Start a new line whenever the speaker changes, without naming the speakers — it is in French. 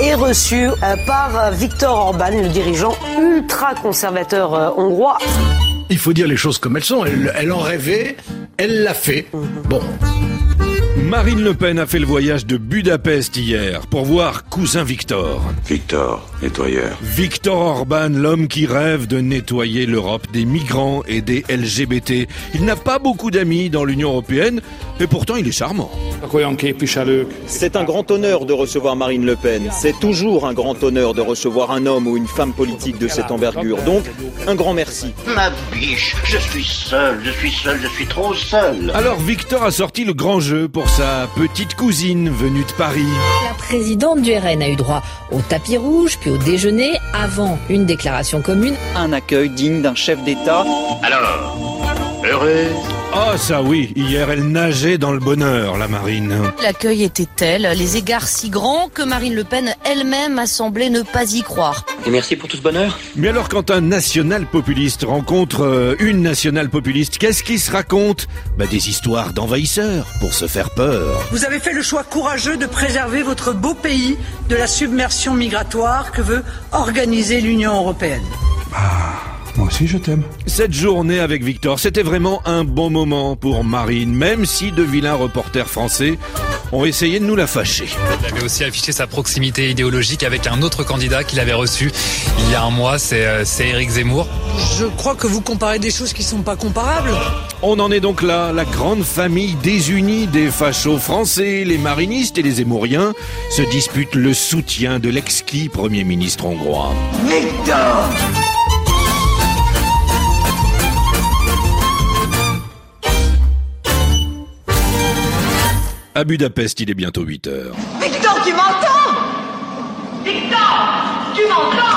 est reçu par Viktor Orban, le dirigeant ultra-conservateur euh, hongrois.
Il faut dire les choses comme elles sont. Elle, elle en rêvait, elle l'a fait. Bon.
Marine Le Pen a fait le voyage de Budapest hier pour voir cousin Victor.
Victor, nettoyeur.
Victor Orban, l'homme qui rêve de nettoyer l'Europe des migrants et des LGBT. Il n'a pas beaucoup d'amis dans l'Union européenne et pourtant il est charmant.
C'est un grand honneur de recevoir Marine Le Pen. C'est toujours un grand honneur de recevoir un homme ou une femme politique de cette envergure. Donc, un grand merci.
Ma biche, je suis seul, je suis seul, je suis trop seul.
Alors Victor a sorti le grand jeu pour sa petite cousine venue de Paris.
La présidente du RN a eu droit au tapis rouge, puis au déjeuner, avant une déclaration commune.
Un accueil digne d'un chef d'État.
Alors, heureuse
Ah ça oui, hier elle nageait dans le bonheur, la Marine.
L'accueil était tel, les égards si grands, que Marine Le Pen elle-même a semblé ne pas y croire.
Et merci pour tout ce bonheur.
Mais alors quand un national populiste rencontre euh, une national populiste, qu'est-ce qu'il se raconte Bah des histoires d'envahisseurs pour se faire peur.
Vous avez fait le choix courageux de préserver votre beau pays de la submersion migratoire que veut organiser l'Union européenne.
Moi aussi, je t'aime.
Cette journée avec Victor, c'était vraiment un bon moment pour Marine, même si de vilains reporters français ont essayé de nous la fâcher.
Il avait aussi affiché sa proximité idéologique avec un autre candidat qu'il avait reçu il y a un mois, c'est euh, c'est Éric Zemmour.
Je crois que vous comparez des choses qui ne sont pas comparables.
On en est donc là, la grande famille désunie des fachos français, les marinistes et les zémouriens se disputent le soutien de l'exquis Premier ministre hongrois.
Victor
À Budapest, il est bientôt 8 heures.
Victor, tu m'entends Victor, tu m'entends